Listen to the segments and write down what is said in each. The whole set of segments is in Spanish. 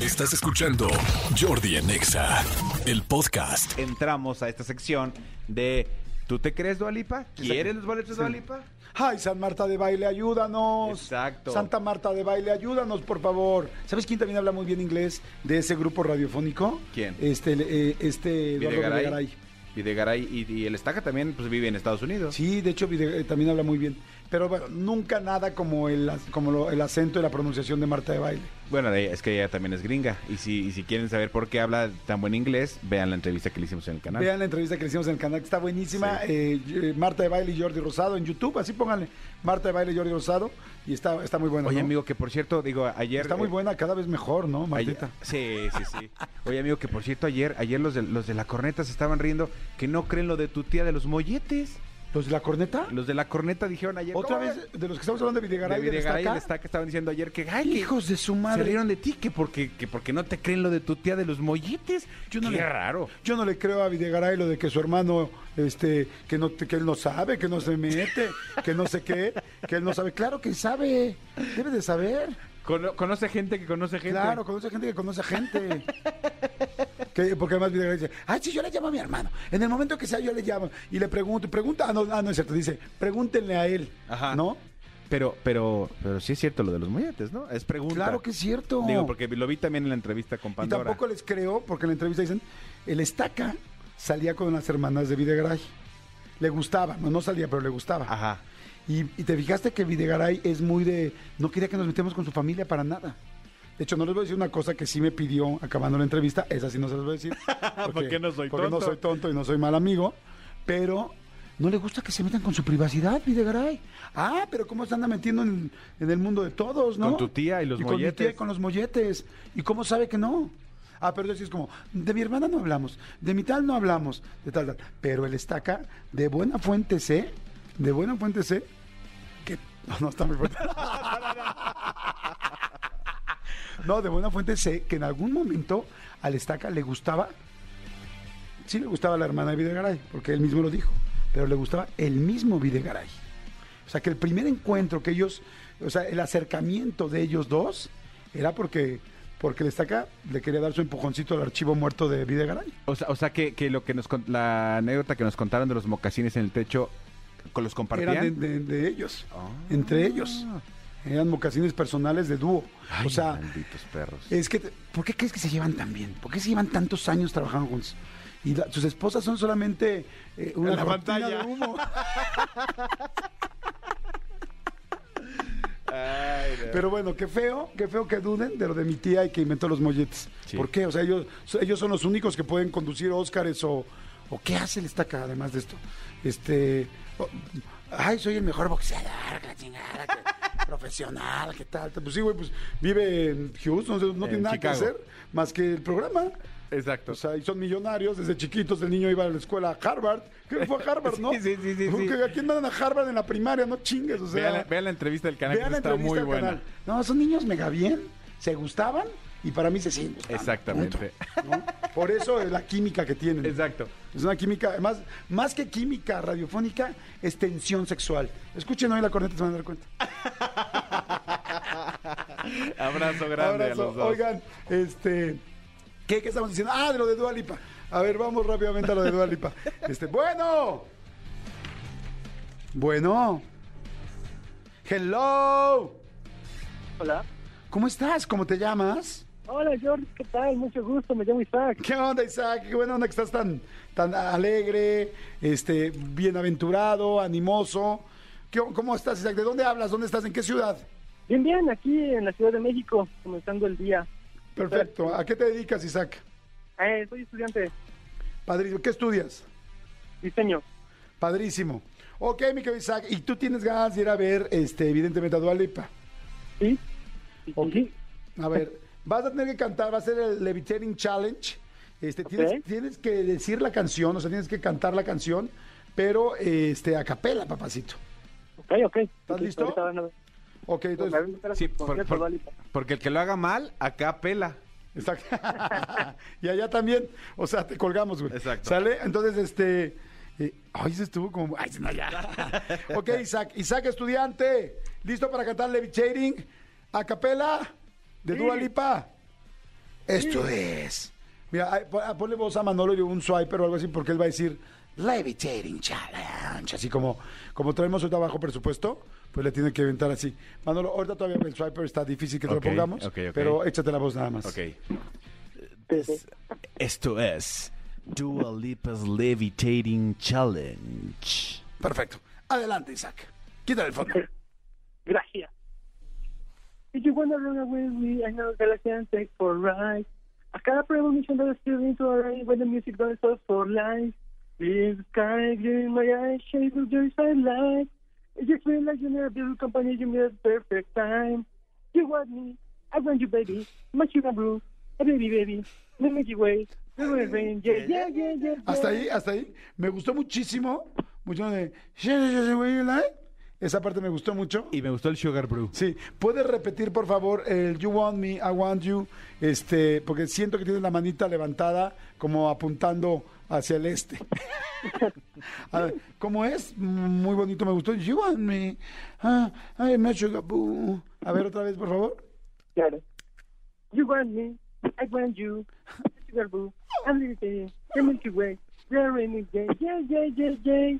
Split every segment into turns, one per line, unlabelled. Estás escuchando Jordi en Exa, el podcast.
entramos a esta sección de ¿Tú te crees Dualipa? ¿Quieres los boletos de Dualipa?
Ay, San Marta de Baile, ayúdanos.
Exacto.
Santa Marta de Baile, ayúdanos, por favor. ¿Sabes quién también habla muy bien inglés de ese grupo radiofónico?
¿Quién?
Este, eh, este Eduardo
Videgaray.
Videgaray.
Videgaray y, y el Estaca también pues, vive en Estados Unidos.
Sí, de hecho Vide- eh, también habla muy bien. Pero bueno, nunca nada como el, ac- como lo- el acento y la pronunciación de Marta de Baile.
Bueno, ella- es que ella también es gringa. Y si, y si quieren saber por qué habla tan buen inglés, vean la entrevista que le hicimos en el canal.
Vean la entrevista que le hicimos en el canal, que está buenísima.
Ah. Sí.
Eh, eh, Marta de Baile y Jordi Rosado en YouTube, así pónganle Marta de Baile y Jordi Rosado. Y está, está muy buena.
Oye,
¿no?
amigo, que por cierto, digo, ayer...
Está muy
eh,
buena, cada vez mejor, ¿no,
Ayer-
Martita?
sí, sí, sí. Oye, amigo, que por cierto, ayer, ayer los de, los de la corneta se estaban riendo que no creen lo de tu tía de los molletes.
¿Los de Pues, la corneta?
Los de la corneta dijeron ayer.
Otra
"¿Cómo
vez, de los que estamos hablando de
de
Videgaray, de
Videgaray
Destaca.
el Estaca estaban diciendo ayer que, ay, que
Hijos de su madre.
se rieron de ti, que porque, que porque no te creen lo de tu tía de los molletes.
Yo no
Qué
le-
raro.
Yo no le creo a Videgaray lo de que su hermano, este, que no, que él no sabe, que no se mete, que no sé qué, que él no sabe. Claro que sabe, debe de saber.
Cono- conoce gente que conoce gente.
Claro, conoce gente que conoce gente. Que- porque además Videgaray dice, ay, sí, yo le llamo a mi hermano. En el momento que sea, yo le llamo. Y le pregunto, y pregunta, ah, no, ah, no es cierto, dice, pregúntenle a él,
Ajá.
¿no?
Pero, pero, pero sí es cierto lo de los molletes, ¿no? Es pregunta.
Claro que es cierto.
Digo, porque lo vi también en la entrevista con
Y
Pandora.
tampoco les creo, porque en la entrevista dicen, el estaca salía con las hermanas de Videgaray. Le gustaba, no, no salía, pero le gustaba.
Ajá.
Y, y te fijaste que Videgaray es muy de, no quería que nos metemos con su familia para nada. De hecho, no les voy a decir una cosa que sí me pidió acabando la entrevista, esa sí no se las voy a decir.
Porque no soy
porque
tonto.
no soy tonto y no soy mal amigo, pero no le gusta que se metan con su privacidad, Videgaray. Ah, pero cómo se anda metiendo en, en el mundo de todos, ¿no?
Con tu tía y los
con mi
molletes.
tía y con los molletes. ¿Y cómo sabe que no? Ah, pero decís como, de mi hermana no hablamos, de mi tal no hablamos, de tal, tal. Pero el estaca, de buena fuente sé, de buena fuente sé, que no, no está muy fuerte. No, de buena fuente sé que en algún momento al estaca le gustaba, sí le gustaba la hermana de Videgaray, porque él mismo lo dijo, pero le gustaba el mismo Videgaray. O sea, que el primer encuentro que ellos, o sea, el acercamiento de ellos dos era porque, porque el estaca le quería dar su empujoncito al archivo muerto de Videgaray.
O sea, o sea que, que lo que nos con- la anécdota que nos contaron de los mocasines en el techo, con los compartían.
Eran de, de- de ellos,
Ah.
entre ellos. Eran mocasines personales de dúo.
Ay,
o sea,
malditos perros.
Es que, te- ¿por qué crees que se llevan tan bien? ¿Por qué se llevan tantos años trabajando juntos? Y la- sus esposas son solamente eh, una
En la
cortina
pantalla.
de humo. Pero bueno, qué feo, qué feo que duden de lo de mi tía y que inventó los molletes.
Sí.
¿Por qué? O sea, ellos, so- ellos son los únicos que pueden conducir Óscares o, o qué hace el estaca además de esto. Este, o- ay, soy el mejor boxeador, que la chingada, que profesional, qué tal. Pues sí, güey, pues vive en Houston, o sea, no
En
tiene nada
Chicago.
que hacer más que el programa.
Exacto.
O sea, y son millonarios, desde chiquitos el niño iba a la escuela a Harvard, que fue a Harvard, ¿no?
Sí, sí, sí, sí, sí.
Porque ¿A quién mandan a Harvard en la primaria? No chingues, o sea.
vean, la- vean la entrevista del canal,
Vean
que
la
está muy
entrevista al
buena.
canal. No, son niños mega bien, se gustaban y para mí se siguen gustando,
Exactamente.
punto, ¿no? Por eso es la química que tienen.
Exacto.
Es una química, más, más que química radiofónica, es tensión sexual. Escuchen hoy la corneta, se van a dar cuenta.
Abrazo grande
Abrazo.
a los dos.
Oigan, este, ¿qué, qué estamos diciendo? Ah, de lo de Dualipa. A ver, vamos rápidamente a lo de Dualipa. Este, bueno. Bueno. Hello.
Hola.
¿Cómo estás? ¿Cómo te llamas?
Hola, George, ¿qué tal? Mucho gusto, me llamo Isaac.
¿Qué onda, Isaac? Qué buena onda que estás tan, tan alegre, este, bienaventurado, animoso. ¿Qué- ¿Cómo estás, Isaac? ¿De dónde hablas? ¿Dónde estás? ¿En qué ciudad?
Bien, bien, aquí en la Ciudad de México, comenzando el día.
Perfecto. ¿A qué te dedicas, Isaac?
Eh, soy estudiante de
Padrísimo. ¿Qué estudias?
diseño.
Padrísimo. Ok, mi querido Isaac. ¿Y tú tienes ganas de ir a ver, este, evidentemente, a Dualipa?
¿Sí? sí,
Ok.
sí.
A ver, vas a tener que cantar, va a ser el Levitating Challenge. Este, tienes,
Ok.
tienes que decir la canción, o sea, tienes que cantar la canción, pero este, a capela, papacito.
Ok, ok.
¿Estás
Sí,
listo?
ahorita van a ver.
Ok,
Me
entonces,
ven, espera,
Sí, por-
completo,
por-
Dua Lipa.
porque el que lo haga mal, acá pela.
Exacto. y allá también. O sea, te colgamos, güey.
Exacto.
¿Sale? Entonces, este. eh, ay, se estuvo como. Ay, no, ya. ok, Isaac. Isaac, estudiante. ¿Listo para cantar Levitating? A capela. De Dua Lipa. Esto es. Mira, ay, pon- ah, ponle voz a Manolo y un swiper o algo así, porque él va a decir Levitating Challenge. Así como, como traemos ahorita bajo presupuesto, pues le tiene que inventar así. Manolo, ahorita todavía el swiper está difícil que te
Ok,
lo pongamos,
ok, ok.
pero échate la voz nada más.
Es- esto es Dua Lipa's Levitating Challenge.
Perfecto. Adelante, Isaac. Quítale el fondo.
Gracias. If you wanna run away with another can take for ride. I got a premonition that is still into a ride when the music goes off for life. Leave the sky, green in my eyes, shade of your sunlight. It just feel like you need a beautiful company, you made the perfect time. You want me, I want you, baby. My sugar brew, a baby, baby. Let me give way. We will rain, yeah, yeah, yeah, yeah.
Hasta
yeah.
ahí, hasta ahí. Me gustó muchísimo. Mucho de. Esa parte me gustó mucho.
Y me gustó el Sugar Brew.
Sí, ¿puedes repetir, por favor, el You Want Me, I Want You? Este, porque siento que tienes la manita levantada como apuntando hacia el este. A ver, ¿cómo es? Muy bonito, me gustó. You Want Me. Ah, ay, me sugar boo. A ver, otra vez, por favor.
Claro. You want me, I want you. Sugar boo, I'm living the Milky Way. There in the yeah, yeah, yeah, yeah.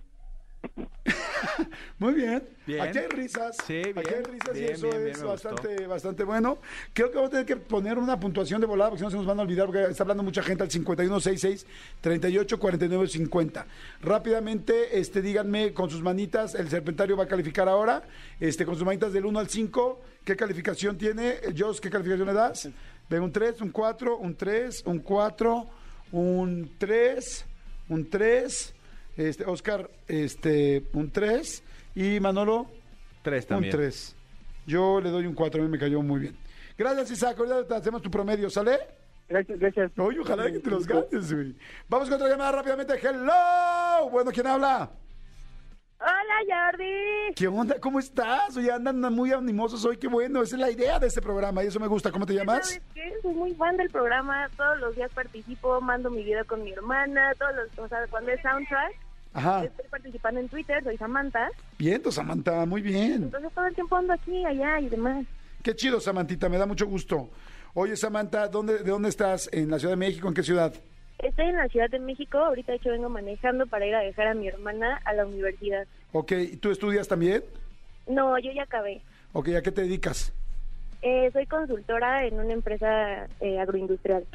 Muy bien.
Bien.
Aquí hay risas.
Sí, bien.
Aquí hay risas
Bien,
y eso
bien, bien,
es
me gustó.
bastante, bastante bueno. Creo que vamos a tener que poner una puntuación de volada porque si no se nos van a olvidar porque está hablando mucha gente al 5166-384950. Rápidamente, este, díganme con sus manitas, el serpentario va a calificar ahora. Este, con sus manitas del 1 al 5, ¿qué calificación tiene? Jos, ¿qué calificación le das? De un 3, un 4, un 3, un 4, un 3, un 3. Este, Oscar, este, un 3. Y Manolo,
Tres también.
un 3. Yo le doy un 4, a mí me cayó muy bien. Gracias, Isaac. Ahorita te hacemos tu promedio, ¿sale?
Gracias, gracias.
Oye, ojalá que te los ganes, güey. Vamos con otra llamada rápidamente. ¡Hello! Bueno, ¿quién habla?
Hola Jordi.
¿Qué onda? ¿Cómo estás? Oye, andan muy animosos hoy. Qué bueno. Esa es la idea de este programa y eso me gusta. ¿Cómo te llamas?
¿Sabes qué? Soy muy fan del programa, todos los días participo, mando mi video con mi hermana, todos los, o sea, cuando es soundtrack,
Ajá.
estoy participando en Twitter, soy Samantha,
Bien, tu Samantha. Muy bien.
entonces todo el tiempo ando aquí, allá y demás.
Qué chido, Samantita. Me da mucho gusto. Oye, Samantha, ¿dónde, ¿de dónde estás? ¿En la Ciudad de México? ¿En qué ciudad?
Estoy en la Ciudad de México, ahorita de hecho vengo manejando para ir a dejar a mi hermana a la universidad.
Ok. ¿y ¿Tú estudias también?
No, yo ya acabé.
Ok. ¿A qué te dedicas?
Eh, soy consultora en una empresa eh, agroindustrial.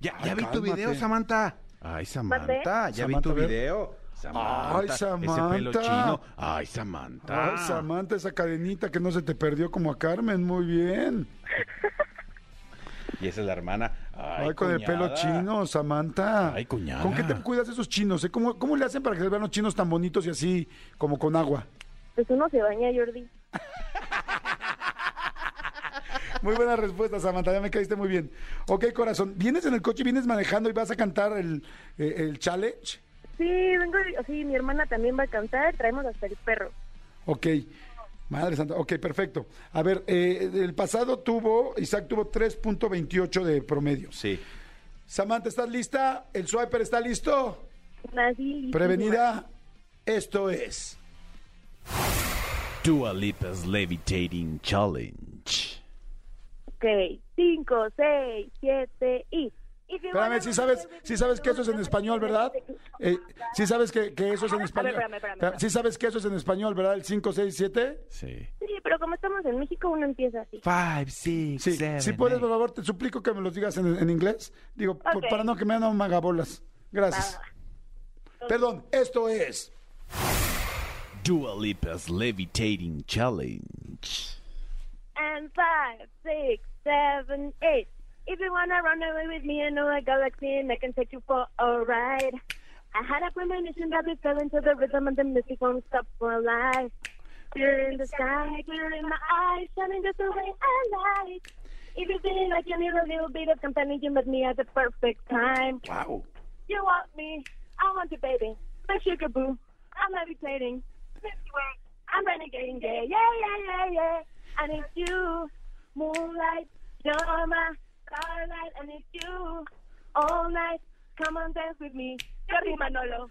Ya,
Ay,
ya vi tu
cálmate.
video, Samantha. Ah, Ay, Samantha, ya vi
Samantha,
tu
ve.
video. Samantha,
Ay, Samantha.
Ese pelo chino. Ay, Samantha.
Ah, Samantha, esa cadenita que no se te perdió como a Carmen, muy bien.
Y esa es la hermana. Ay,
Ay, con el
cuñada.
pelo chino, Samantha.
Ay, cuñada.
¿Con qué te cuidas esos chinos? eh? ¿Cómo, ¿Cómo le hacen para que se vean los chinos tan bonitos y así, como con agua?
Pues uno se baña, Jordi.
Muy buena respuesta, Samantha, ya me caíste muy bien. Ok, corazón, ¿vienes en el coche, vienes manejando y vas a cantar el, eh, el challenge?
Sí, vengo, sí, mi hermana también va a cantar, traemos hasta el perro.
Ok, madre santa, ok, perfecto. A ver, eh, el pasado tuvo, Isaac tuvo 3.28 de promedio.
Sí.
Samantha, ¿estás lista? ¿El swiper está listo?
Nací.
Prevenida, esto es.
Dua Lipa's Levitating Challenge.
Ok, 5, 6, 7 y... y si
Espérame,
bueno,
si sabes, si sabes que eso es en español, ¿verdad? Eh, si sabes que, que eso es en español.
espérame, espérame, espérame.
Si sabes que eso es en español, ¿verdad? El 5, 6, 7.
Sí.
Sí, pero como estamos en México, uno empieza así.
Five, six,
Sí,
seven,
si puedes,
eight.
por favor, te suplico que me los digas en, en inglés. Digo, por-
Ok.
para no que me hagan magabolas. Gracias.
Ah.
Perdón, esto es.
Dua Lipa's Levitating Challenge.
And 5, 6, 7, 8. If you wanna run away with me, I know a galaxy and I can take you for a ride. I had a premonition that we fell into the rhythm and the music won't stop for life. Clear in the sky, clear in my eyes, shining just the way I like. If you feel like you need a little bit of company, you met me at the perfect time.
Wow.
You want me, I want you, baby. My sugar boo, I'm levitating. Milky Way, I'm renegading, yeah, yeah, yeah, yeah, yeah. I need you, moonlight, you're my starlight. I need you all night. Come on, dance with ¡Ah! me, Jordi Manolo.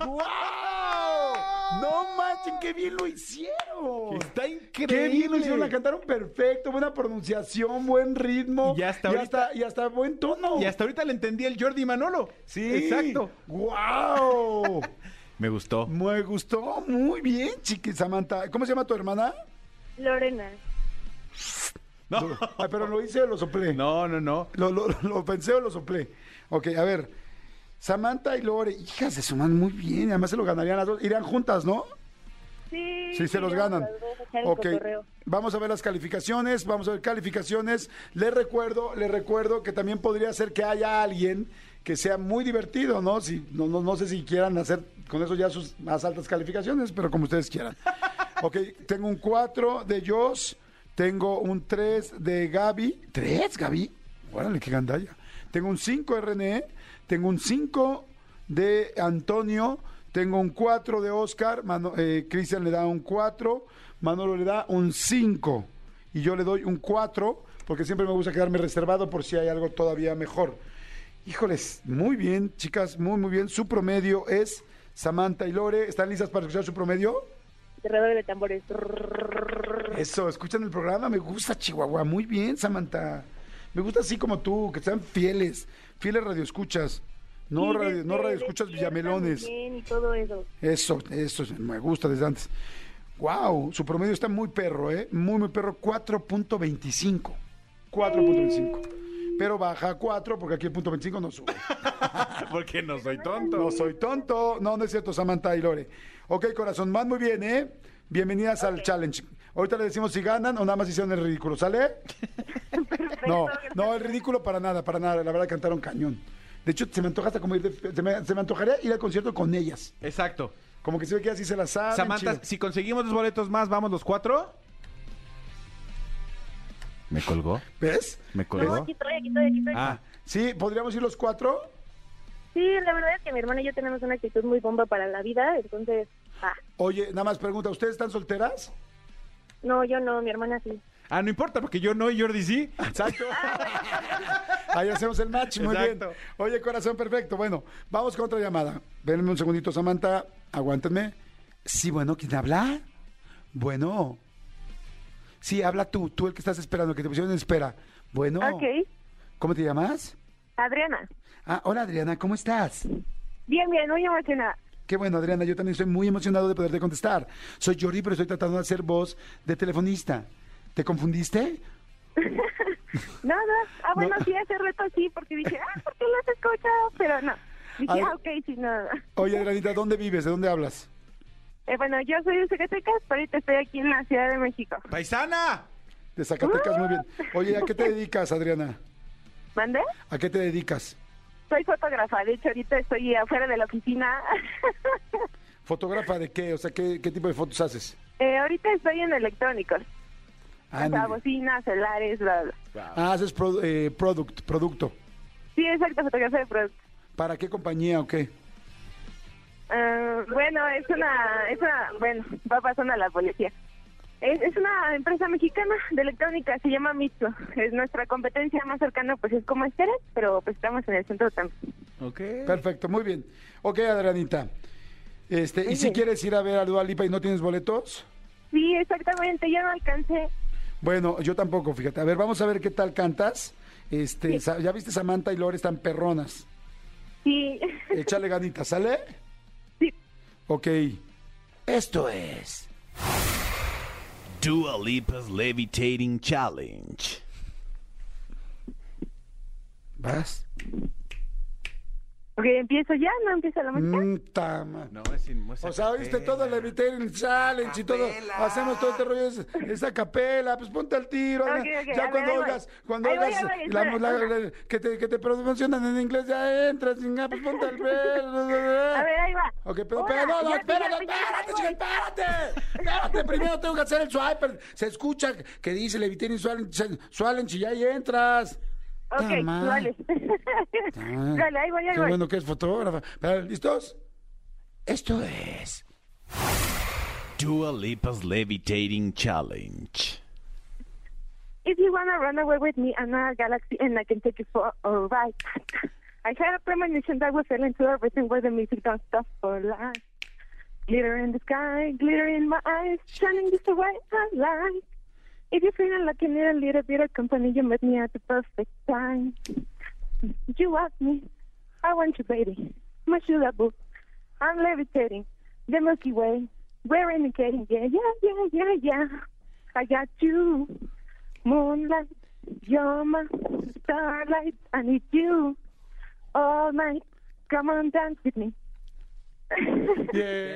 ¡Wow! ¡No manchen! ¡Qué bien lo hicieron!
Está increíble.
¡Qué bien lo hicieron! La cantaron perfecto, buena pronunciación, buen ritmo.
Y hasta ahorita-
hasta, y hasta buen tono.
Y hasta ahorita le entendí el Jordi Manolo.
Sí.
Exacto.
¡Wow!
Me gustó.
Me gustó muy bien, chiqui Samantha. ¿Cómo se llama tu hermana?
Lorena.
No.
Ay, pero lo hice o lo soplé.
No, no, no.
Lo, lo- lo pensé o lo soplé. Ok, a ver. Samantha y Lore, hijas se suman muy bien. Además se lo ganarían las dos. Irían juntas, ¿no?
Sí.
Sí, se los ganan.
Ok.
Ok, vamos a ver las calificaciones, vamos a ver calificaciones. Les recuerdo, les recuerdo que también podría ser que haya alguien que sea muy divertido, ¿no? Si, no, no, no sé si quieran hacer con eso ya sus más altas calificaciones, pero como ustedes quieran. Ok, tengo un 4 de Jos, tengo un 3 de Gaby. ¿Tres, Gaby? Órale, qué gandalla. Tengo un 5 de René, E. tengo un 5 de Antonio, tengo un 4 de Oscar, Mano- eh, Cristian le da un 4, Manolo le da un 5 y yo le doy un 4 porque siempre me gusta quedarme reservado por si hay algo todavía mejor. Híjoles, muy bien, chicas, muy, muy bien. Su promedio es Samantha y Lore. ¿Están listas para escuchar su promedio?
Cerrador de tambores.
Eso, escuchan el programa, me gusta Chihuahua, muy bien, Samantha. Me gusta así como tú, que sean fieles, fieles radioescuchas. No,
Sí,
radio,
desde
no radioescuchas
despierta
villamelones.
muy bien Y todo eso.
Eso, eso es- me gusta desde antes. Wow, su promedio está muy perro, ¿eh? Muy, muy perro, 4.25. 4.25. Pero baja a 4 porque aquí el punto 25 no sube.
Porque no soy tonto.
No soy tonto. No, no es cierto, Samantha y Lore. Ok, corazón, más muy bien, ¿eh? Bienvenidas al challenge. Ahorita le decimos si ganan o nada más hicieron el ridículo, ¿sale? no, no, el ridículo para nada, para nada. La verdad cantaron cañón. De hecho, se me antoja hasta como ir de- se, me, se me antojaría ir al concierto con ellas.
Exacto.
Como que se ve que así se las saben.
Samantha,
Ah, chido.
si conseguimos dos boletos más, vamos los cuatro.
¿Me colgó?
¿Ves?
¿Me
No,
colgó?
aquí estoy, aquí estoy, aquí estoy.
Ah,
Sí, podríamos ir los cuatro.
Sí, la verdad es que mi hermano y yo tenemos una actitud muy bomba para la vida, entonces, ah,
Oye, nada más pregunta, ¿ustedes están solteras?
no, yo no, mi hermana sí.
ah, no importa, porque yo no y Jordi sí.
Exacto. Ahí hacemos el match, muy
Exacto.
bien. Oye, corazón, perfecto. Bueno, vamos con otra llamada. Venme un segundito, Samantha, aguántenme. Sí, bueno, ¿quién habla? Bueno. Sí, habla tú, tú el que estás esperando, que te pusieron en espera. Bueno. ¿Cómo te llamas?
Adriana.
Ah, hola Adriana, ¿cómo estás?
Bien, bien, muy emocionada.
Qué bueno, Adriana, yo también estoy muy emocionado de poderte contestar. Soy Jordi, pero estoy tratando de hacer voz de telefonista. ¿Te confundiste?
Nada, ah, bueno, sí, ese reto sí, porque dije, ah, ¿por qué las escucho? Pero no. Dije,
Ay.
ah, ok, sí, nada.
Oye, Adrianita, ¿dónde vives? ¿De dónde hablas?
Eh, bueno, yo soy de Zacatecas, pero ahorita estoy aquí en la Ciudad de México.
¡Paisana!
De Zacatecas, muy bien. Oye, ¿a qué te dedicas, Adriana?
¿Mandé?
¿A qué te dedicas?
Soy fotógrafa, de hecho, ahorita estoy afuera de la oficina.
¿Fotógrafa de qué? O sea, ¿qué, qué tipo de fotos haces?
eh, ahorita estoy en electrónicos.
Ah,
o sea,
muy bien.
bocinas, celulares, bla, bla.
Ah, haces pro- eh, product, producto.
Sí, exacto, fotografía de producto.
¿Para qué compañía o qué?
Ah, bueno, es una, es una, bueno, va pasando a la policía. Es, es una empresa mexicana de electrónica, se llama Mitsu. Es nuestra competencia más cercana, pues es como Estera, pero pues estamos en el centro también.
Ok.
Perfecto, muy bien. Ok, Adrianita. Este, ¿Y si
bien.
quieres ir a ver a Dua Lipa y no tienes boletos?
Sí, exactamente, yo no alcancé.
Bueno, yo tampoco, fíjate. A ver, vamos a ver qué tal cantas. Este, sa- ya viste Samantha y Lore están perronas.
Sí,
Échale ganita, ¿sale?
sí.
Ok. Esto es.
Dua Lipa's Levitating Challenge.
¿Vas?
Ok, empiezo ya, no empieza la música.
Mm, tama.
No, es sin
O sea, oíste todo el Levitating Challenge y todo. Hacemos todo este rollo, es- esa capela, pues ponte al tiro.
Ok,
Ana.
ok,
ya
a ver,
cuando
ahí voy.
oigas, cuando
Ahí voy,
oigas
ahí voy,
la,
espera,
la-
espera.
la- que, te, que te promocionan en inglés, ya entras, chinga, pues ponte al
A ver, ahí va.
Ok, pero,
Una,
pero no, no,
ya,
espérate,
ya, ya,
espérate,
ahí
chica,
voy.
espérate. Espérate, primero tengo que hacer el swiper. Se escucha que dice Levitating Challenge, Challenge y ya ahí entras.
Ok,
Tama.
dale.
Ah,
dale, ahí voy, ahí
Qué
voy.
bueno que es fotógrafa. Pero, ¿Listos? Esto es.
Dua Lipa's Levitating Challenge.
If you wanna run away with me, I'm not a galaxy and I can take you for a ride. I had a premonition that we fell into everything where the music don't stop for life. Glitter in the sky, glitter in my eyes, shining just the way I like. If you're feeling like you need a little bit of company, you met me at the perfect time. You want me, I want you, baby. My sugar boo, I'm levitating, the Milky Way, we're indicating, yeah, yeah, yeah, yeah, yeah. I got you, moonlight, you're my starlight. I need you all night. Come on, dance with me.
Bien,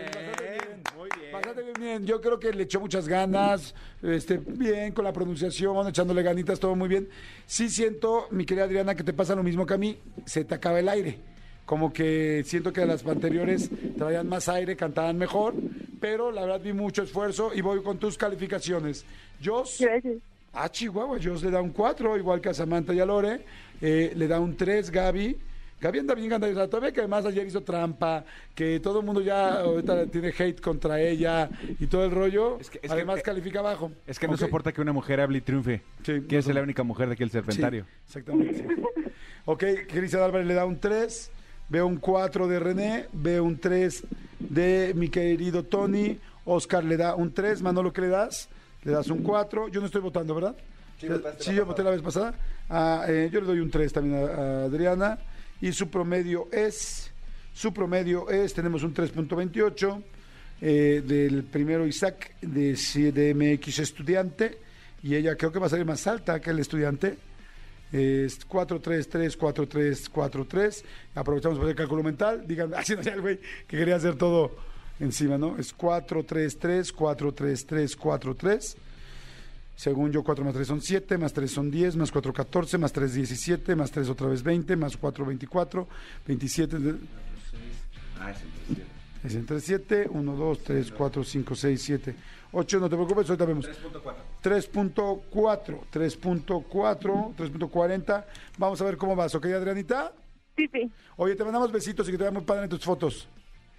bastante bien. Bastante bien, bien. Yo creo que le echó muchas ganas, este, bien con la pronunciación, echándole ganitas, todo muy bien. Sí siento, mi querida Adriana, que te pasa lo mismo que a mí, se te acaba el aire. Como que siento que las anteriores traían más aire, cantaban mejor, pero la verdad vi mucho esfuerzo y voy con tus calificaciones. Yo
Gracias.
a Ah, Chihuahua, Jos le da un 4, igual que a Samantha y a Lore. Eh, le da un 3 Gaby. Gaby anda bien ganada. Todavía que además ayer hizo trampa, que todo el mundo ya ahorita tiene hate contra ella y todo el rollo.
Es que- es que-
además
eh,
califica abajo.
Es que no
Ok.
soporta que una mujer hable y triunfe.
Sí,
Quiere
no
ser la única mujer de aquí el
Sí,
serpentario.
exactamente. sí. ok, Cristian Álvarez le da un 3. Veo un 4 de René. Veo un 3 de mi querido Tony. Oscar le da un 3. Manolo, ¿qué le das? Le das un 4. Yo no estoy votando, ¿verdad? Sí, yo voté la vez pasada. Ah, eh, yo le doy un 3 también a, a Adriana. Y su promedio es. Su promedio es. Tenemos un 3.28. eh, del primero Isaac de CDMX Estudiante. Y ella creo que va a salir más alta que el estudiante. Es 4-3-3-4-3-4-3. Aprovechamos para hacer cálculo mental. Digan, así no sea el güey que quería hacer todo encima, ¿no? Es 4-3-3-4-3-3-4-3. Según yo, 4 más 3 son 7, más 3 son 10, más 4, 14, más 3, 17, más 3 otra vez 20, más 4, 24, 27. de- Es entre 7, 1, 2, 3, 4, 5, 6, 7, 8, no te preocupes, ahorita vemos. 3.4, 3.4, 3.40. Vamos a ver cómo vas, ¿ok, Adrianita?
Pipi,
Oye, te mandamos besitos y que te vean muy padre en tus fotos.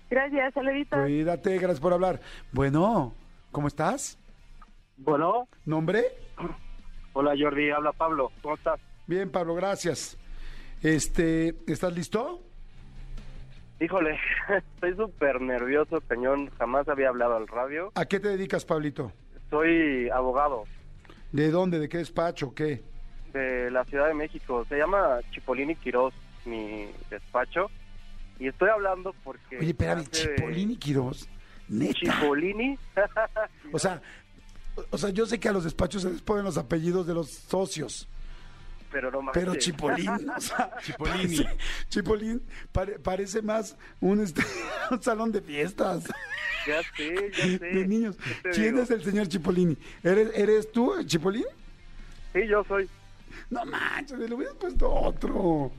gracias,
Pues,
saluditos.
Cuídate, gracias por hablar. Bueno, ¿cómo estás?
Bueno,
¿Nombre?
hola Jordi, habla Pablo, ¿cómo estás?
Bien, Pablo, gracias. Este, ¿estás listo?
Híjole, estoy súper nervioso, cañón, jamás había hablado al radio.
¿A qué te dedicas, Pablito?
Soy abogado
¿De dónde? ¿De qué despacho? ¿Qué?
de la Ciudad de México, se llama Chipolini Quirós, mi despacho, y estoy hablando porque...
Oye, espérame,
hace-
Chipolini Quirós. Neta.
Chipolini,
O sea, o- o sea, yo sé que a los despachos se les ponen los apellidos de los socios,
pero no más.
pero Chipolin, o sea,
Chipolini.
parece- Chipolin pare- parece más un, este- un salón de fiestas
Ya sé, ya sé.
de niños.
¿Qué te
¿Quién
digo?
es el señor Chipolini? ¿Eres, eres tú, el Chipolin?
Sí, yo soy.
No manches, le hubieras puesto otro.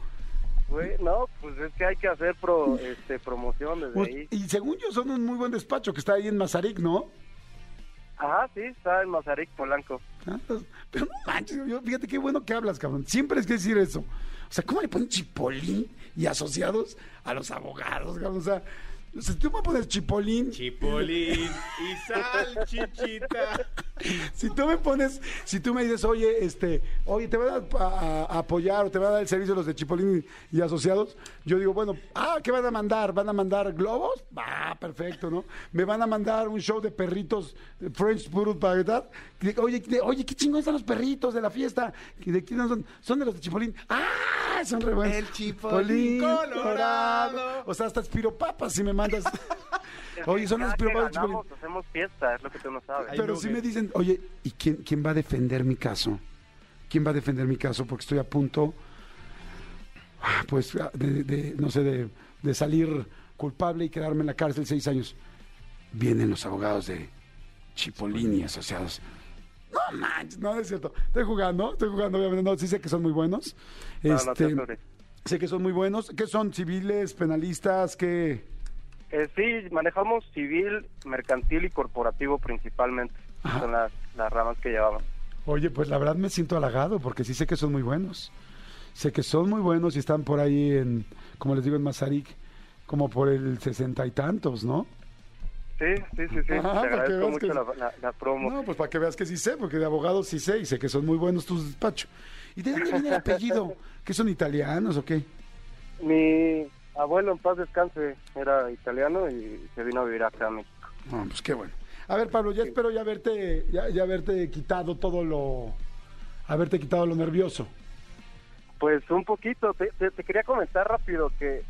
Güey, no, pues es que hay que hacer pro, este, promoción desde
Pues,
ahí.
y según yo son un muy buen despacho que está ahí en Mazarik, ¿no?
Ajá, sí, está en Mazarik, Polanco.
Ah, Pero no manches, yo- fíjate qué bueno que hablas, cabrón. Siempre es que decir eso. O sea, ¿cómo le ponen chipolín y asociados a los abogados, cabrón? O sea, o sea, tú me pones chipolín.
Chipolín y salchichita.
Si tú me pones, si tú me dices, oye, este, oye, te van a, a- a apoyar o te van a dar el servicio los de Chipolín y, y asociados, yo digo, bueno, ah, ¿qué van a mandar? ¿Van a mandar globos? Ah, perfecto, ¿no? ¿Me van a mandar un show de perritos eh, French Poodle para gritar? Y digo, Oye, de- oye, qué chingones están los perritos de la fiesta. ¿Y ¿De quién son? Son de los de Chipolín. ¡Ah! Son re buenos.
El Chipolín colorado.
O sea, hasta espiropapas si me mandas. Oye, son
Cada
las
que
espiropapas de Chipolín.
ganamos, hacemos fiesta, es lo que tú no sabes.
Pero si me
nuggets.
dicen, oye, ¿y quién, quién va a defender mi caso? ¿Quién va a defender mi caso? Porque estoy a punto, ah, pues, ah, de, de- no sé, de, de salir culpable y quedarme en la cárcel seis años. Vienen los abogados de Chipolini y asociados. No manches, no, no es cierto. Estoy jugando, estoy jugando, obviamente. No, sí sé que son muy buenos.
No, no
Este,
te apures.
sé que son muy buenos. ¿Qué son? ¿Civiles, penalistas? ¿Qué?
Eh, sí, manejamos civil, mercantil y corporativo principalmente.
Ajá.
Son las, las ramas que llevamos.
Oye, pues la verdad me siento halagado porque sí sé que son muy buenos. Sé que son muy buenos y están por ahí en, como les digo, en Mazarik, como por el sesenta y tantos, ¿no?
Sí, sí, sí, sí.
Ah, para
Te
que
agradezco
veas
mucho
que-
la, la- la promo.
No, pues para que veas que sí sé, porque de abogados sí sé y sé que son muy buenos tus despachos. ¿Y de dónde viene el apellido? ¿Que son italianos o qué?
Mi abuelo en paz descanse, era italiano y se vino a vivir acá a México.
Ah, pues qué bueno. A ver, Pablo, ya espero ya haberte, ya, ya haberte quitado todo lo. haberte quitado lo nervioso.
Pues un poquito, te, te- te quería comentar rápido que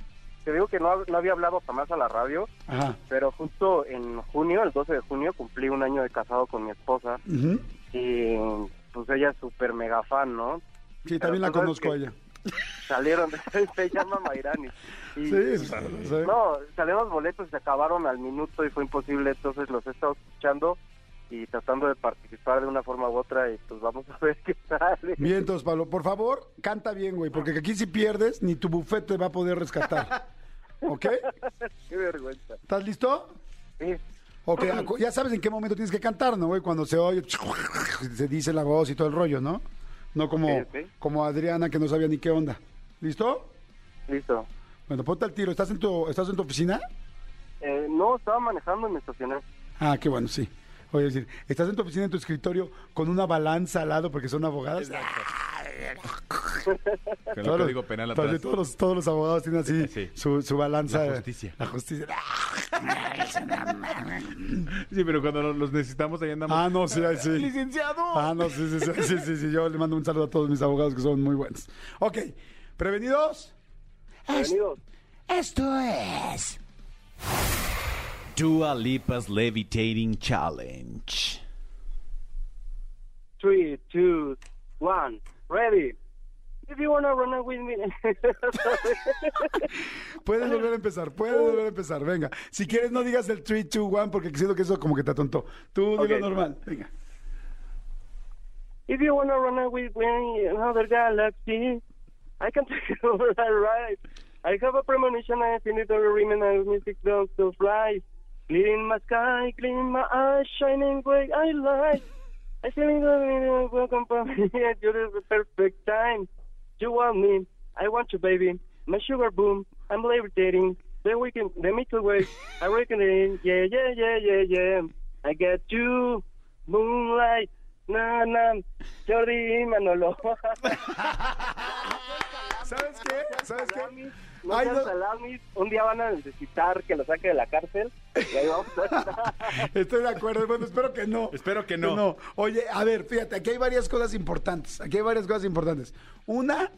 te digo que no, hab- no había hablado jamás a la radio,
Ajá.
pero justo en junio, el 12 de junio, cumplí un año de casado con mi esposa
Ujú.
y pues ella es súper mega fan, ¿no?
Sí, también la
tú sabes
conozco a
pues, que-
ella.
Salieron, se llama Mairani. Y-
Sí, o sea, lo sé.
No, salieron los boletos, se acabaron al minuto y fue imposible, entonces los he estado escuchando y tratando de participar de una forma u otra y pues vamos a ver qué sale.
Bien, entonces, Pablo, por favor, canta bien, güey, porque aquí si pierdes, ni tu buffet te va a poder rescatar. ¿Ok?
Qué vergüenza.
¿Estás listo?
Sí,
Ok, acu- ya sabes en qué momento tienes que cantar, ¿no, güey? Cuando se oye, se dice la voz y todo el rollo, ¿no? No como,
Sí, sí.
como Adriana que no sabía ni qué onda. ¿Listo?
listo.
Bueno, ponte al tiro. ¿Estás en tu, estás en tu oficina?
Eh, no, estaba manejando y me estacioné.
Ah, qué bueno, sí. Oye, es decir, ¿estás en tu oficina, en tu escritorio, con una balanza al lado porque son abogadas?
Con el
Todos los-
código penal
todos-
atrás.
Todos los, todos los abogados tienen así
Sí.
su, su balanza.
La justicia.
La justicia.
Sí, pero cuando los- los necesitamos, ahí andamos.
Ah, no, sí, ahí sí.
¡Licenciado!
Ah, no, sí, sí, sí, sí, sí, sí, Yo le mando un saludo a todos mis abogados que son muy buenos. Ok, ¿prevenidos?
Bienvenidos.
Esto es...
Dua Lipa's Levitating Challenge.
3, 2, 1, ready. If you wanna run with me.
Puedes volver a empezar, puedes volver a empezar, venga. Si quieres no digas el 3, 2, 1 porque siento que eso como que te atontó. Tú dilo
Ok.
normal, venga.
If you wanna run with me another galaxy, I can take it over a ride. I have a premonition, I feel it all ringing as music dogs to fly. Clean my sky, clean my eyes, shining great I light. I feel it all in welcome for me, and you're the perfect time. You want me, I want you, baby. My sugar boom, I'm levitating. The weekend, the microwave, I reckon it. Yeah, yeah, yeah, yeah, yeah. I got you, moonlight, na na, Jordi y Manolo.
¿Sabes qué? ¿Sabes qué?
Salamis, No
Ay,
sean
no.
salamis. Un día van a necesitar que lo saque de la cárcel y ahí vamos a estar.
Estoy de acuerdo. Bueno, espero que no.
Espero que no.
Oye, a ver, fíjate, aquí hay varias cosas importantes. Aquí hay varias cosas importantes. Una,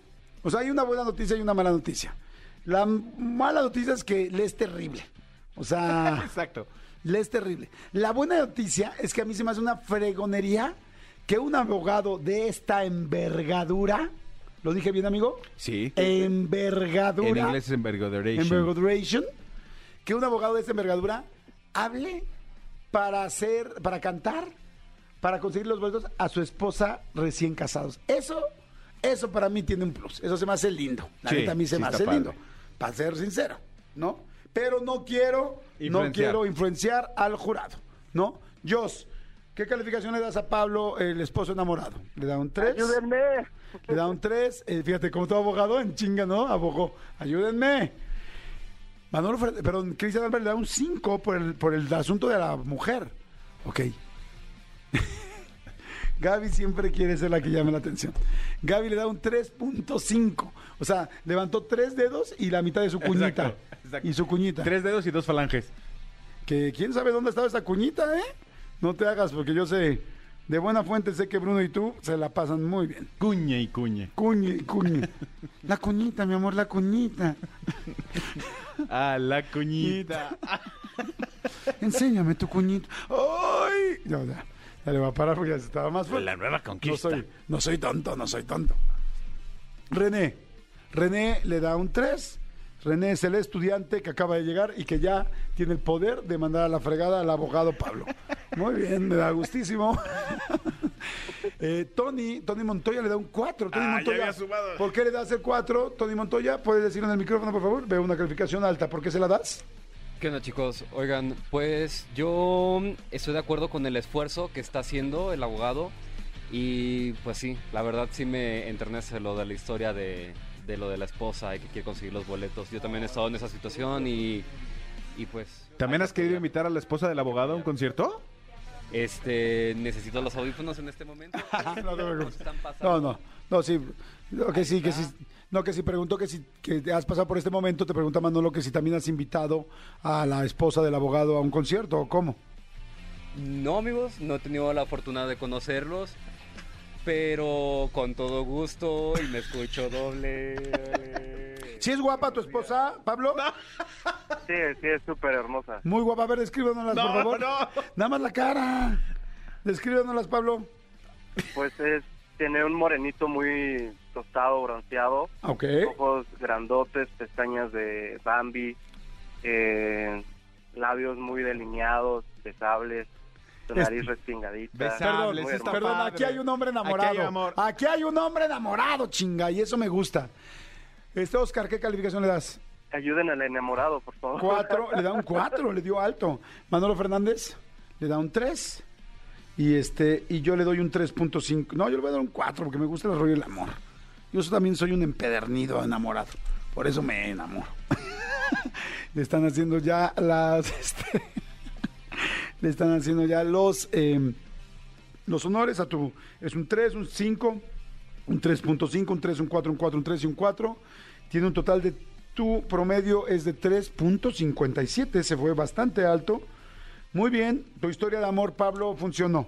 o sea, hay una buena noticia y una mala noticia. La m- mala noticia es que le es terrible. O sea. Exacto. Le es terrible. La buena noticia es que a mí se me hace una fregonería que un abogado de esta envergadura. ¿Lo dije bien, amigo?
Sí.
Envergadura.
En inglés es envergaduration.
Envergaduration, que un abogado de esta envergadura hable para hacer, para cantar, para conseguir los boletos a su esposa recién casados. Eso, eso para mí tiene un plus. Eso se me hace lindo. La
Sí,
neta a mí se
sí
me
está
hace
padre.
lindo. Para ser sincero, ¿no? Pero no quiero, no
Influenciar.
quiero influenciar al jurado, ¿no? Jos, ¿qué calificación le das a Pablo, el esposo enamorado? ¿Le da un
Ah,
3?
Ayúdenme.
Le da un 3. fíjate, como todo abogado, en chinga, ¿no? Abogó. Ayúdenme. Manolo, Fer- perdón, Cristian Álvarez le da un 5 por el, por el asunto de la mujer. Ok. Gaby siempre quiere ser la que llame la atención. Gaby le da un 3.5. O sea, levantó tres dedos y la mitad de su cuñita.
Exacto, exacto.
Y su cuñita.
Tres dedos y dos falanges.
Que quién sabe dónde estaba esa cuñita, ¿eh? No te hagas, porque yo sé, de buena fuente sé que Bruno y tú se la pasan muy bien.
Cuña y cuña.
Cuñi, cuñi. La cuñita, mi amor, la cuñita.
A la cuñita.
Enséñame tu cuñita. ¡Ay! Ya, ya. Ya le va a parar porque ya se estaba más fuerte.
La nueva
No
conquista.
soy, no soy tonto, no soy tonto. René. René le da un 3. René es el estudiante que acaba de llegar y que ya tiene el poder de mandar a la fregada al abogado Pablo. Muy bien, me da gustísimo. Eh, Tony, Tony Montoya le da un 4. Tony
Ah, ya
Montoya,
había sumado.
¿Por qué le das el 4? Tony Montoya, ¿puedes decir en el micrófono, por favor? Veo una calificación alta. ¿Por qué se la das?
¿Qué onda chicos? Oigan, pues yo estoy de acuerdo con el esfuerzo que está haciendo el abogado y pues sí, la verdad sí me enternece lo de la historia de, de lo de la esposa y que quiere conseguir los boletos. Yo también he estado en esa situación y, y pues...
¿También
hay
has querido
apoyar.
invitar a la esposa del abogado a un concierto?
Este, necesito los audífonos en este momento.
Ah, no te preocupes.
Están pasando.
No, no, no, sí. No, que sí, que sí. No, que si preguntó que si que has pasado por este momento, te pregunta Manolo que si también has invitado a la esposa del abogado a un concierto o cómo.
No, amigos, no he tenido la fortuna de conocerlos, pero con todo gusto y me escucho doble.
¿Si es guapa tu esposa, Pablo?
Sí, sí, es súper hermosa.
Muy guapa. A ver, escríbanoslas,
No,
por favor.
no.
Nada más la cara. Escríbanoslas, Pablo.
Pues es, tiene un morenito muy tostado, bronceado.
Ah, Ok.
Ojos grandotes, pestañas de Bambi, eh, labios muy delineados, besables, su
Es-
nariz respingadita.
Besables,
Muy
está
hermosa.
Perdón,
padre.
aquí hay un hombre enamorado.
Aquí hay amor.
Aquí hay un hombre enamorado, chinga, y eso me gusta. Este Oscar, ¿qué calificación le das?
Ayuden al enamorado, por favor.
Cuatro, le da un cuatro, le dio alto. Manolo Fernández le da un tres. Y este, y yo le doy un 3.5. No, yo le voy a dar un 4 porque me gusta el rollo del amor. Yo so- también soy un empedernido enamorado. Por eso me enamoro. le están haciendo ya las. este, le están haciendo ya los. eh, los honores a tu. Es un 3, un 5, un 3.5, un 3, un 4, un 4, un 3 y un 4. Tiene un total de. Tu promedio es de 3.57. Se fue bastante alto. Muy bien. Tu historia de amor, Pablo, funcionó.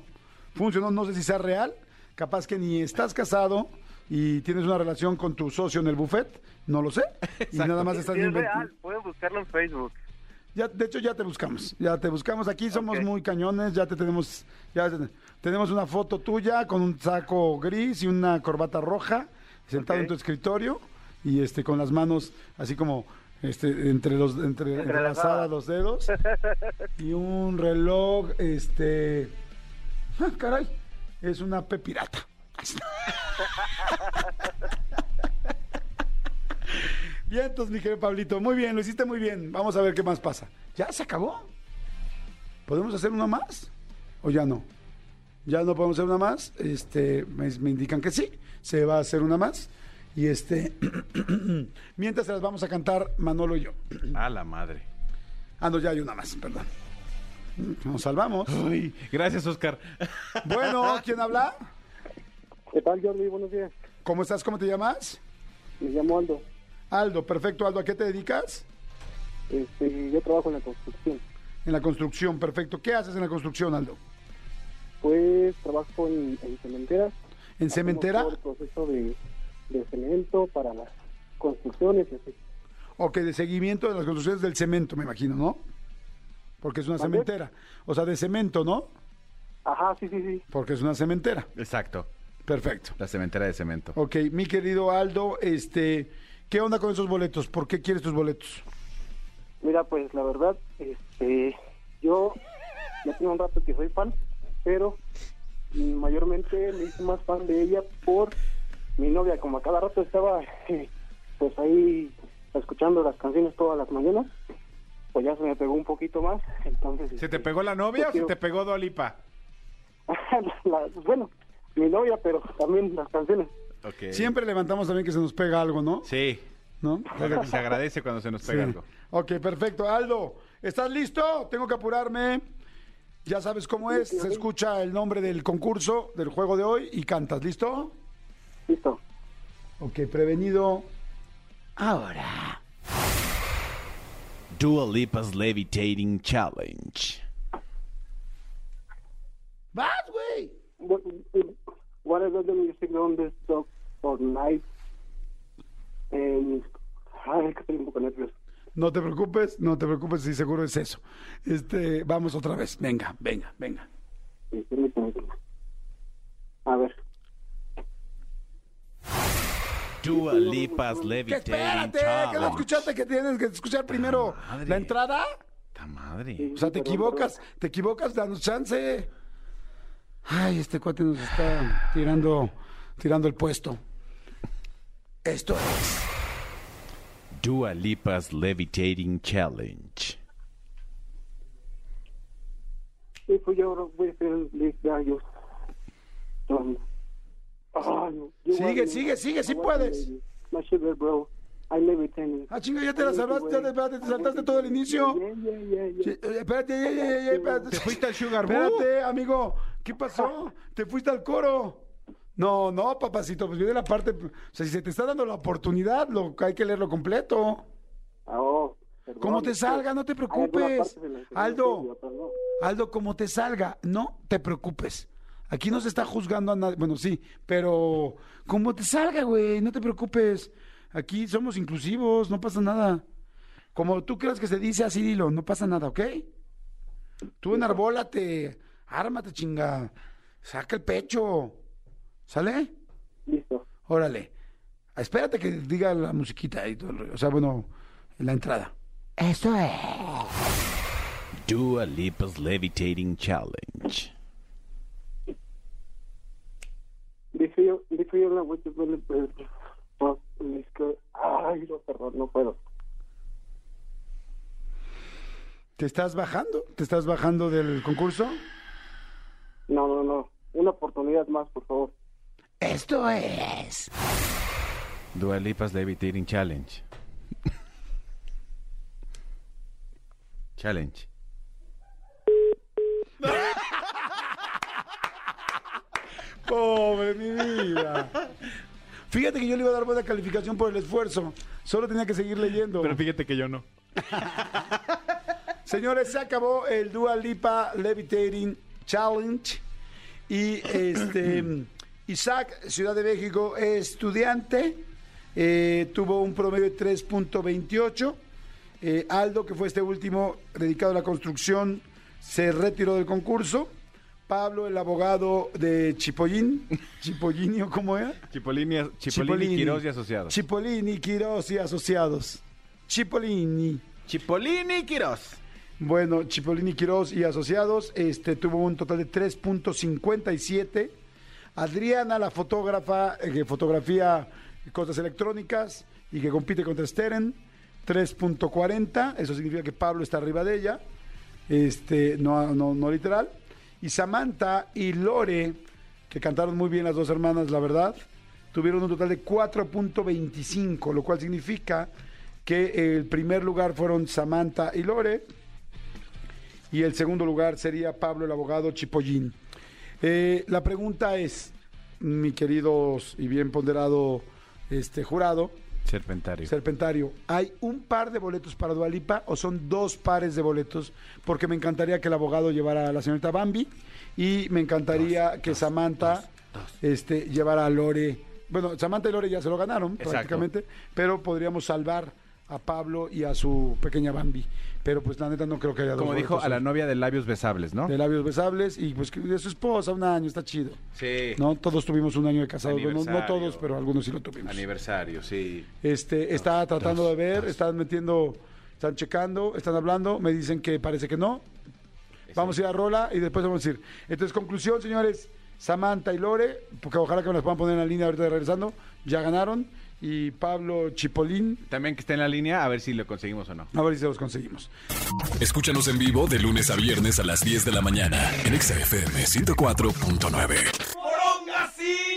Funcionó, no sé si sea real. Capaz que ni estás casado y tienes una relación con tu socio en el buffet. No lo sé. Y nada más
Sí,
estás
es
inventando.
real, pueden buscarlo en Facebook.
Ya, de hecho, ya te buscamos. Ya te buscamos. Aquí somos
Ok.
muy cañones. Ya te tenemos. Ya te- tenemos una foto tuya con un saco gris y una corbata roja, sentado
Ok.
en tu escritorio y este con las manos así como este entre los entre,
Entrelazadas.
entrelazadas los dedos y un reloj este ah, caray es una P pirata. Bien, entonces, mi querido Pablito, muy bien, lo hiciste muy bien. Vamos a ver qué más pasa. ¿Ya se acabó? ¿Podemos hacer una más? ¿O ya no? ¿Ya no podemos hacer una más? Este, me, me indican que sí, se va a hacer una más. Y este, mientras se las vamos a cantar Manolo y yo.
A la madre.
Ah, no, ya hay una más, perdón. Nos salvamos.
Uy, gracias, Oscar.
Bueno, ¿quién habla?
¿Qué tal, Jordi? Buenos días.
¿Cómo estás? ¿Cómo te llamas?
Me llamo Aldo.
Aldo, perfecto, Aldo, ¿a qué te dedicas?
Este, yo trabajo en la construcción.
En la construcción, perfecto. ¿Qué haces en la construcción, Aldo?
Pues trabajo en, en cementeras.
¿En cementera?
Hacemos Ah, todo el proceso de, de cemento para las construcciones y así.
Ok, de seguimiento de las construcciones del cemento, me imagino, ¿no? Porque es una
¿Mande?
cementera. O sea, de cemento, ¿no?
Ajá, sí, sí, sí.
Porque es una cementera.
Exacto.
Perfecto.
La cementera de cemento.
Ok, mi querido Aldo, este, ¿qué onda con esos boletos? ¿Por qué quieres tus boletos?
Mira, pues la verdad, este, yo ya tengo un rato que soy fan, pero mm, mayormente me hice más fan de ella por mi novia, como a cada rato estaba eh, pues ahí escuchando las canciones todas las mañanas, pues ya se me pegó un poquito más, entonces...
¿Se
este,
te pegó la novia o se
quiero-
te pegó Dolipa?
la- bueno, mi novia, pero también las canciones.
Ok.
Siempre levantamos también que se nos pega algo, ¿no?
Sí.
¿No?
Algo que se agradece cuando se nos pega
Sí.
algo.
Ok, perfecto. Aldo, ¿estás listo? Tengo que apurarme. Ya sabes cómo es. Se escucha el nombre del concurso, del juego de hoy y cantas. ¿Listo?
Listo.
Ok, prevenido. Ahora.
Dua Lipa's Levitating Challenge.
¡Vas, güey!
What, what about the music on this stuff for night? And, ay, que estoy un poco nervioso.
No te preocupes, no te preocupes, sí, seguro es eso. Este, vamos otra vez. Venga, venga, venga.
Sí, permíteme. A ver.
Dua Lipa's
Que
Levitating
espérate, que no
Challenge.
escuchaste que tienes que escuchar primero
madre.
la entrada.
¡Ta madre!
O sea, te equivocas, te equivocas, danos chance. Ay, este cuate nos está tirando, tirando el puesto. Esto es.
Dua Lipa's Levitating Challenge.
If you're with him, leave that you. Don't. Ah, no. You
Sigue,
want me-
sigue, sigue, sí
I want
puedes.
you, My sugar bro. I never tell
Ah, chinga, ya te la salvaste, ya te, espérate, te saltaste todo el inicio.
Yeah, yeah, yeah,
Sí,
yeah.
eh, Espérate, eh, eh, eh, eh, espérate.
Uh. Te fuiste al Sugar Boo.
Espérate, amigo. ¿Qué pasó? Te fuiste al coro. No, no, papacito, pues viene la parte. O sea, si se te está dando la oportunidad, lo, hay que leerlo completo.
Ah, oh, perdón.
Como te salga, no te
Hay alguna
preocupes.
parte de la que no
Aldo.
estoy, perdón.
Aldo, como te salga, no te preocupes. Aquí no se está juzgando a nadie. Bueno, sí, pero como te salga, güey, no te preocupes. Aquí somos inclusivos, no pasa nada. Como tú creas que se dice así, dilo, no pasa nada, ¿ok? Tú enarbólate, ármate, chinga. Saca el pecho. ¿Sale?
Listo.
Órale. Espérate que diga la musiquita y todo el rollo. O sea, bueno, la entrada. Eso es.
Dua Lipa's Levitating Challenge.
Be feel, be feel la way to feel it, but- but it's good. Ay, no, perdón, no puedo.
¿Te estás bajando? ¿Te estás bajando del concurso?
No, no, no. Una oportunidad más, por favor.
Esto es.
Dua Lipa's Levitating Challenge. Challenge.
Pobre mi vida. Fíjate que yo le iba a dar buena calificación por el esfuerzo. Solo tenía que seguir leyendo.
Pero fíjate que yo no.
Señores, se acabó el Dua Lipa Levitating Challenge. Y este Isaac, Ciudad de México, es estudiante. eh, tuvo un promedio de 3.28. Eh, Aldo, que fue este último dedicado a la construcción, se retiró del concurso. Pablo, el abogado de Chipollín. Chipollini, ¿o cómo era?
Chipolini, Chipolini,
Chipolini.
Quiroz y asociados.
Chipolini, Quiroz y Asociados. Chipolini.
Chipolini Quiroz.
Bueno, Chipolini Quiroz y Asociados este, tuvo un total de 3.57. Adriana, la fotógrafa eh, que fotografía cosas electrónicas y que compite contra Steren, 3.40. Eso significa que Pablo está arriba de ella, este, no, no, no literal. Y Samantha y Lore, que cantaron muy bien las dos hermanas, la verdad, tuvieron un total de 4.25, lo cual significa que el primer lugar fueron Samantha y Lore y el segundo lugar sería Pablo el abogado Chipollín. Eh, la pregunta es, mi querido y bien ponderado este jurado
Serpentario.
Serpentario, ¿hay un par de boletos para Dualipa o son dos pares de boletos? Porque me encantaría que el abogado llevara a la señorita Bambi y me encantaría que Samantha este llevara a Lore. Bueno, Samantha y Lore ya se lo ganaron prácticamente, pero podríamos salvar a Pablo y a su pequeña Bambi. Pero pues la neta no creo que haya dos
Como dijo
boletos
a la
hoy
novia de labios besables, ¿no?
de labios besables y pues que de su esposa un año, está chido.
Sí.
No todos tuvimos un año de casados, no, no todos,
Aniversario.
pero algunos sí lo tuvimos.
Aniversario, sí.
Este, está tratando de ver, están metiendo, están checando, están hablando, me dicen que parece que no. Vamos a ir a Rola y después vamos a ir. Entonces, conclusión, señores, Samantha y Lore, porque ojalá que me las puedan poner en la línea ahorita de regresando, ya ganaron. Y Pablo Chipolín,
También que esté en la línea, a ver si lo conseguimos o no.
a ver si se los conseguimos.
Escúchanos en vivo de lunes a viernes a las 10 de la mañana en Exa FM 104.9.
¡Poronga, sí!